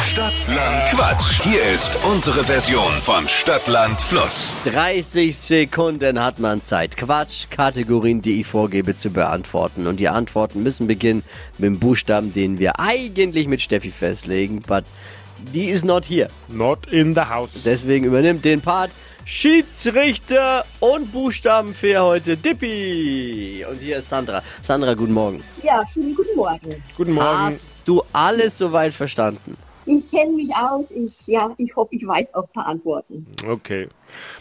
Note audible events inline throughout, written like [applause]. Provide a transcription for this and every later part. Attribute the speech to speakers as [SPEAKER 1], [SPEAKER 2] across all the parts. [SPEAKER 1] Stadtland Quatsch. Hier ist unsere Version von Stadtland Fluss.
[SPEAKER 2] 30 Sekunden hat man Zeit, Quatsch-Kategorien, die ich vorgebe, zu beantworten. Und die Antworten müssen beginnen mit dem Buchstaben, den wir eigentlich mit Steffi festlegen. But die ist not here.
[SPEAKER 3] Not in the house.
[SPEAKER 2] Deswegen übernimmt den Part Schiedsrichter und Buchstaben für heute Dippi. Und hier ist Sandra. Sandra, guten Morgen.
[SPEAKER 4] Ja, schönen guten Morgen.
[SPEAKER 3] Guten Morgen.
[SPEAKER 2] Hast du alles soweit verstanden?
[SPEAKER 4] Ich kenne mich aus. Ich, ja, ich hoffe, ich weiß auch ein paar Antworten.
[SPEAKER 3] Okay.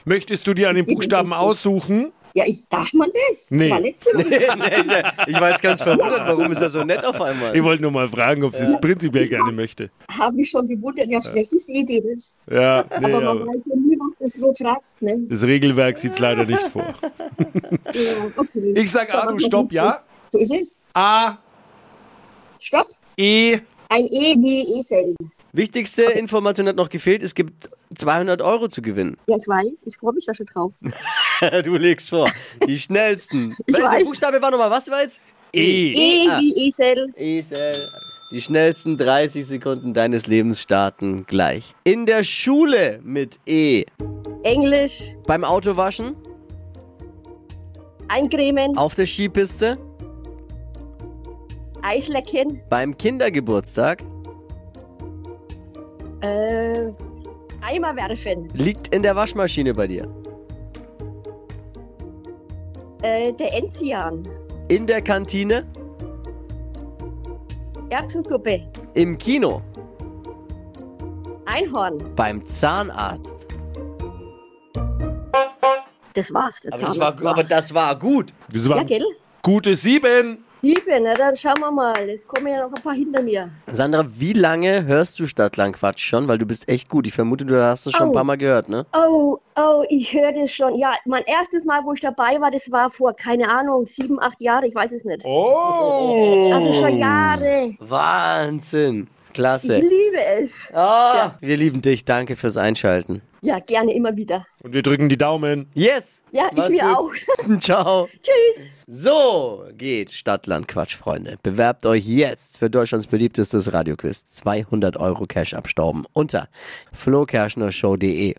[SPEAKER 3] Möchtest du dir einen Buchstaben aussuchen?
[SPEAKER 4] Ja, ich, darf man das?
[SPEAKER 3] Nee.
[SPEAKER 4] War letzte Woche.
[SPEAKER 2] ich war jetzt ganz verwundert, warum ist er so nett auf
[SPEAKER 3] Ich
[SPEAKER 2] einmal?
[SPEAKER 3] wollte nur mal fragen, ob sie es prinzipiell gerne möchte.
[SPEAKER 4] Habe mich schon gewundert. Ja, schlecht ist eh das.
[SPEAKER 3] Ja, nee,
[SPEAKER 4] Aber man
[SPEAKER 3] aber
[SPEAKER 4] weiß ja nie, was das so fragst, ne?
[SPEAKER 3] das Regelwerk sieht es leider nicht vor.
[SPEAKER 4] Ja, okay.
[SPEAKER 3] Ich sag A, du stopp, ja?
[SPEAKER 4] So ist es.
[SPEAKER 3] A,
[SPEAKER 4] Stopp.
[SPEAKER 3] E.
[SPEAKER 4] Ein E wie Esel.
[SPEAKER 2] Wichtigste Information hat noch gefehlt, es gibt 200 Euro zu gewinnen.
[SPEAKER 4] Ja, ich weiß. Ich freue mich da schon drauf.
[SPEAKER 2] [laughs] Du legst vor. Die
[SPEAKER 4] [laughs]
[SPEAKER 2] schnellsten. Welcher
[SPEAKER 4] weiß.
[SPEAKER 2] Buchstabe war nochmal? Was war jetzt?
[SPEAKER 3] E.
[SPEAKER 4] E
[SPEAKER 2] Ah.
[SPEAKER 4] wie Esel. äh,
[SPEAKER 2] Esel. Die schnellsten 30 Sekunden deines Lebens starten gleich. In der Schule mit E.
[SPEAKER 4] Englisch.
[SPEAKER 2] Beim Autowaschen,
[SPEAKER 4] Eincremen.
[SPEAKER 2] auf der Skipiste,
[SPEAKER 4] Eislecken.
[SPEAKER 2] beim Kindergeburtstag,
[SPEAKER 4] Äh, Eimer werfen.
[SPEAKER 2] liegt in der Waschmaschine bei dir.
[SPEAKER 4] Äh, der Enzian.
[SPEAKER 2] In der Kantine,
[SPEAKER 4] Erbsensuppe.
[SPEAKER 2] im Kino,
[SPEAKER 4] Einhorn.
[SPEAKER 2] beim Zahnarzt.
[SPEAKER 4] Das war's. Das war's.
[SPEAKER 2] das war gut.
[SPEAKER 3] Das
[SPEAKER 4] Ja,
[SPEAKER 3] war
[SPEAKER 4] gell?
[SPEAKER 3] gute Sieben.
[SPEAKER 4] Sieben, na, dann schauen wir mal. Es kommen ja noch ein paar hinter mir.
[SPEAKER 2] Sandra, wie lange hörst du Stadtlangquatsch schon? Weil du bist echt gut. Ich vermute, du hast es schon ein
[SPEAKER 4] Oh.
[SPEAKER 2] paar Mal gehört, ne?
[SPEAKER 4] Oh, oh, ich höre das schon. Ja, mein erstes Mal, wo ich dabei war, das war vor, keine Ahnung, sieben, acht Jahre, ich weiß es nicht.
[SPEAKER 3] Oh.
[SPEAKER 4] Also schon Jahre.
[SPEAKER 2] Wahnsinn.
[SPEAKER 4] Ich
[SPEAKER 2] Klasse.
[SPEAKER 4] liebe es.
[SPEAKER 2] Ah, wir lieben dich. Danke fürs Einschalten.
[SPEAKER 4] Ja, gerne immer wieder.
[SPEAKER 3] Und wir drücken die Daumen.
[SPEAKER 2] Yes.
[SPEAKER 4] Ja, ich
[SPEAKER 2] Mach's
[SPEAKER 4] mir
[SPEAKER 2] gut. [laughs]
[SPEAKER 4] [laughs]
[SPEAKER 2] Ciao.
[SPEAKER 4] Tschüss.
[SPEAKER 2] So geht Stadtland Quatsch, Freunde. Bewerbt euch jetzt für Deutschlands beliebtestes Radioquiz. 200 Euro Cash abstauben unter flokerschnershow.de.